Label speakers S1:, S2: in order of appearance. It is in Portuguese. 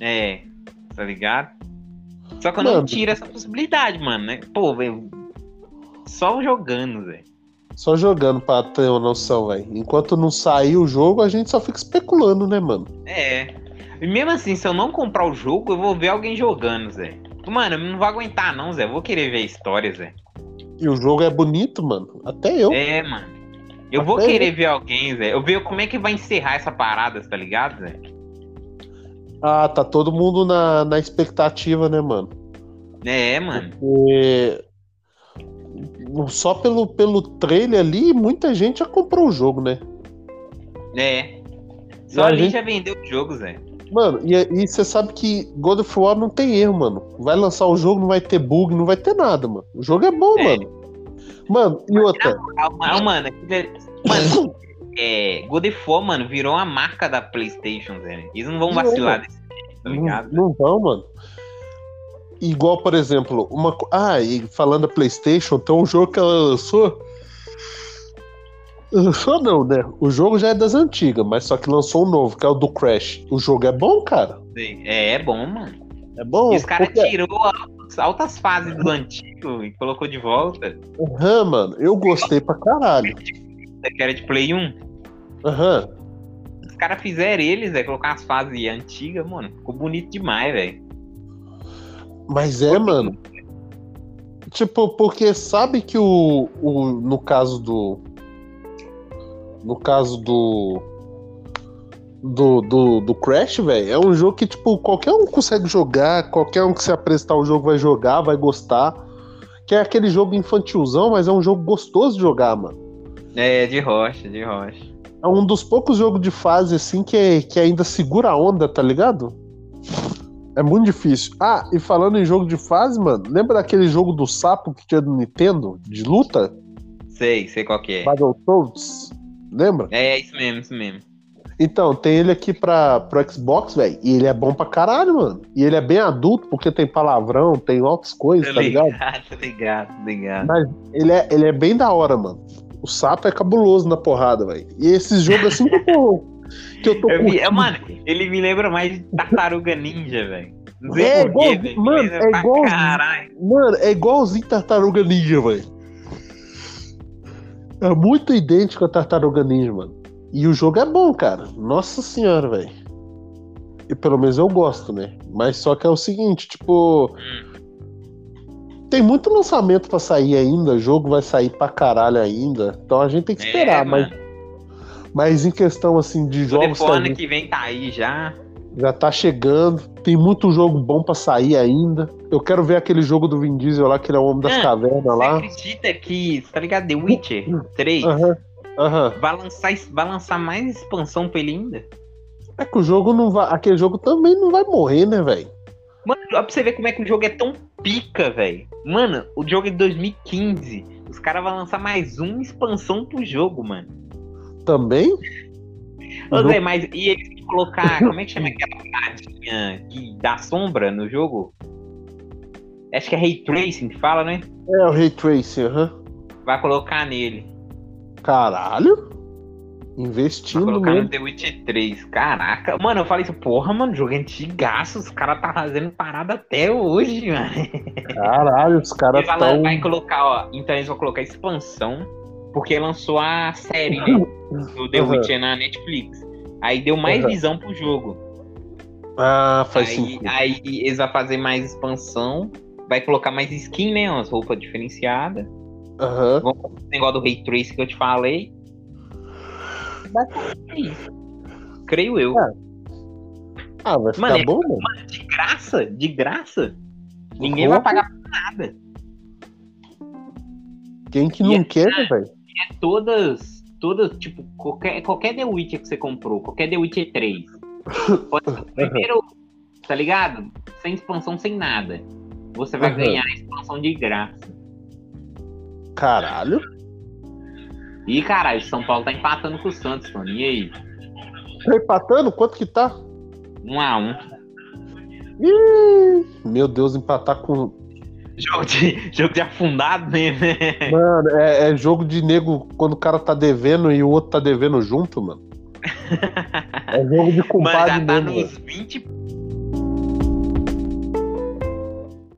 S1: É, tá ligado? Só que eu não
S2: Mano.
S1: tiro essa possibilidade, mano, né? Pô, velho. Só jogando, velho.
S2: Só jogando pra ter uma noção, velho. Enquanto não sair o jogo, a gente só fica especulando, né, mano?
S1: É. E mesmo assim, se eu não comprar o jogo, eu vou ver alguém jogando, Zé. Mano, eu não vou aguentar, não, Zé. Eu Vou querer ver a história, Zé.
S2: E o jogo é bonito, mano. Até eu.
S1: É, mano. Eu vou
S2: Então, Até
S1: querer ver alguém, Zé. Eu ver como é que vai encerrar essa parada, tá ligado, Zé?
S2: Ah, tá todo mundo na, na expectativa, né, mano?
S1: É, mano.
S2: É, Só pelo, pelo trailer ali, muita gente já comprou o jogo, né?
S1: É.
S2: E
S1: Só
S2: a
S1: ali
S2: gente-
S1: já vendeu o jogo, Zé.
S2: Mano, e você sabe que God of War não tem erro, mano. Vai lançar o jogo, não vai ter bug, não vai ter nada, mano. O jogo é bom,
S1: É.
S2: mano. Mano, e outra.
S1: Ah, mas, mano, aquilo é- mano, é. God of War, mano, virou uma marca da PlayStation, Zé. Eles não vão
S2: Virou,
S1: vacilar
S2: mano.
S1: desse jeito, tá
S2: Não,
S1: ligado?
S2: não vão, mano. Igual, por exemplo, uma. co- Ah, e falando da PlayStation, tem um jogo que ela lançou. Lançou não, né? O jogo já é das antigas, mas só que lançou um novo, que é o do Crash. O jogo é bom, cara?
S1: É, é bom, mano.
S2: É bom?
S1: E os caras
S2: Porque-
S1: tirou altas, altas fases do antigo e colocou de volta.
S2: Aham, mano. Eu gostei pra caralho.
S1: né, Que era de Play 1.
S2: Aham.
S1: Os caras fizeram eles, Zé, colocar as fases antigas, mano. Ficou bonito demais, velho.
S2: Mas é, mano. Tipo, porque sabe que o, o. No caso do. No caso do. Do, do, do Crash, velho, é um jogo que, tipo, qualquer um consegue jogar, qualquer um que se apresentar o jogo vai jogar, vai gostar. Que é aquele jogo infantilzão, mas é um jogo gostoso de jogar, mano.
S1: É, de rocha, de rocha.
S2: É um dos poucos jogos de fase, assim, que, é- que ainda segura a onda, tá ligado? É muito difícil. Ah, e falando em jogo de fase, mano, lembra daquele jogo do sapo que tinha do Nintendo, de luta?
S1: Sei, sei qual que é.
S2: Battletoads? Lembra?
S1: É, isso mesmo, isso mesmo.
S2: Então, tem ele aqui pra, pro Xbox, velho, e ele é bom pra caralho, mano. E ele é bem adulto, porque tem palavrão, tem altas coisas,
S1: Tá
S2: tá ligado?
S1: ligado, tá ligado, tá ligado.
S2: Mas ele é, ele é bem da hora, mano. O sapo é cabuloso na porrada, velho. E esses jogos assim que eu tô, que eu tô
S1: Eu vi- é,
S2: curtindo,
S1: mano, ele me lembra mais de Tartaruga Ninja, velho. Não sei
S2: É,
S1: por quê,
S2: igual-
S1: velho.
S2: mano,
S1: Me lembra
S2: é
S1: pra
S2: igual-
S1: Caralho.
S2: Mano, é igualzinho Tartaruga Ninja, velho. É muito idêntico a Tartaruga Ninja, mano. E o jogo é bom, cara. Nossa senhora, velho. E pelo menos eu gosto, né? Mas só que é o seguinte, tipo. Tem muito lançamento pra sair ainda, jogo vai sair pra caralho ainda. Então a gente tem que esperar,
S1: é,
S2: mas,
S1: mano.
S2: mas em questão assim de
S1: O
S2: jogos
S1: telefone
S2: também,
S1: que vem tá aí já.
S2: já tá chegando. Tem muito jogo bom pra sair ainda. Eu quero ver aquele jogo do Vin Diesel lá, que ele é o homem das
S1: Não,
S2: cavernas
S1: Você
S2: lá. Hum. Ah.
S1: acredita que, tá ligado? The Witcher 3
S2: Aham, aham.
S1: vai, lançar, vai lançar mais expansão pra ele ainda?
S2: É que o jogo não vai. Aquele jogo também não vai morrer, né, velho?
S1: Mano, olha pra você ver como é que o jogo é tão pica, velho. Mano, o jogo é de 2015. Os caras vão lançar mais uma expansão pro jogo, mano.
S2: Também?
S1: Ô,
S2: Não.
S1: Zé, mas e eles vão colocar. Como é que chama aquela paradinha que dá sombra no jogo? Acho que é Ray Tracing que fala, né?
S2: É o Ray Tracing, aham.
S1: Vai colocar nele.
S2: Caralho?
S1: Vai
S2: Investindo
S1: colocar no
S2: mesmo.
S1: The Witcher 3. Caraca. Mano, eu falei isso, porra, mano, jogo é antigaço. Os caras tá fazendo parada até hoje, mano.
S2: Caralho, os caras
S1: Eles vai, lan-
S2: estão.
S1: vai colocar, ó. Então eles vão colocar expansão, porque lançou a série né, do The
S2: Aham.
S1: Witcher na Netflix. Aí deu mais
S2: Aham.
S1: visão pro jogo.
S2: Ah, Uhum. faz
S1: Aí,
S2: sentido.
S1: aí eles vão fazer mais expansão. Vai colocar mais skin, né? Umas roupas diferenciadas.
S2: Aham.
S1: O negócio do Ray Trace que eu te falei. Basicamente é isso. Creio eu.
S2: Ah, vai ficar
S1: Mano, é-
S2: bom, mano.
S1: De graça, de graça. Ninguém
S2: Porra.
S1: vai pagar
S2: Quem que não
S1: Yeah.
S2: quer, né, velho?
S1: todas, todas, tipo, qualquer, qualquer The Witcher que você comprou, qualquer The Witcher 3. Pode ser o primeiro, tá ligado? Sem expansão, sem nada. Você vai
S2: Aham.
S1: ganhar a expansão de graça.
S2: Caralho.
S1: E caralho, São Paulo tá empatando com o Santos, mano. E aí?
S2: Tá empatando? Quanto que tá?
S1: Um a um.
S2: Ih, meu Deus, empatar com.
S1: Jogo de, jogo de afundado, né?
S2: Mano, é, é jogo de nego quando o cara tá devendo e o outro tá devendo junto, mano. É jogo de
S1: Mano,
S2: compadre
S1: já tá
S2: mesmo. velho.
S1: nos 20.